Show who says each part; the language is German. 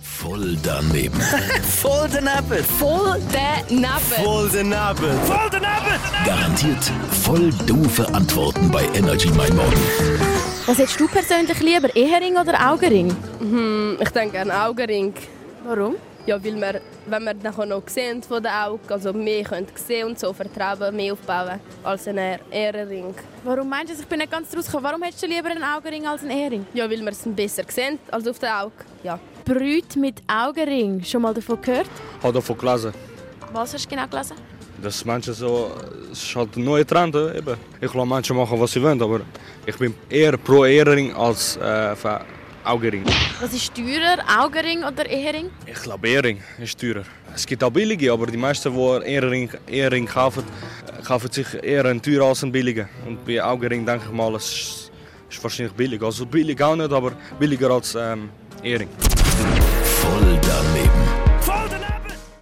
Speaker 1: Voll daneben.
Speaker 2: Voll Apple.
Speaker 3: Voll daneben.
Speaker 2: Voll Apple. Voll Apple.
Speaker 1: Garantiert voll doofe Antworten bei Energy Mein Morgen.
Speaker 4: Was hättest du persönlich lieber, Ehering oder Augenring?
Speaker 5: Ich denke an Augenring.
Speaker 4: Warum?
Speaker 5: Ja, weil wir, wenn wir nachher noch sehen von den Augen, also mehr können sehen und so Vertrauen mehr aufbauen als ein Ehrenring.
Speaker 4: Warum meinst du das? Ich bin nicht ganz draus gekommen. Warum hättest du lieber einen Augenring als einen Ehering?
Speaker 5: Ja, weil wir es besser sehen als auf den Augen. Ja.
Speaker 4: Brüt mit Augenring. Schon mal davon gehört?
Speaker 6: Hat davon gelesen,
Speaker 4: Was hast du genau gelesen?
Speaker 6: dass Menschen so. Es ist halt ein neuer Trend. eh, Eben. Ich lasse Menschen machen, was sie wollen, aber ich bin eher pro Ehering als äh, für Augenring.
Speaker 4: Was ist teurer, Augenring oder Ehering?
Speaker 6: Ich glaube, Ehering ist teurer. Es gibt auch billige, aber die meisten, die Ehering, Ehering kaufen, äh, kaufen sich eher einen teuren als einen billigen. Und bei Augenring denke ich mal, es ist, ist wahrscheinlich billig. Also billig auch nicht, aber billiger als ähm, Ehering.
Speaker 1: Voll daneben.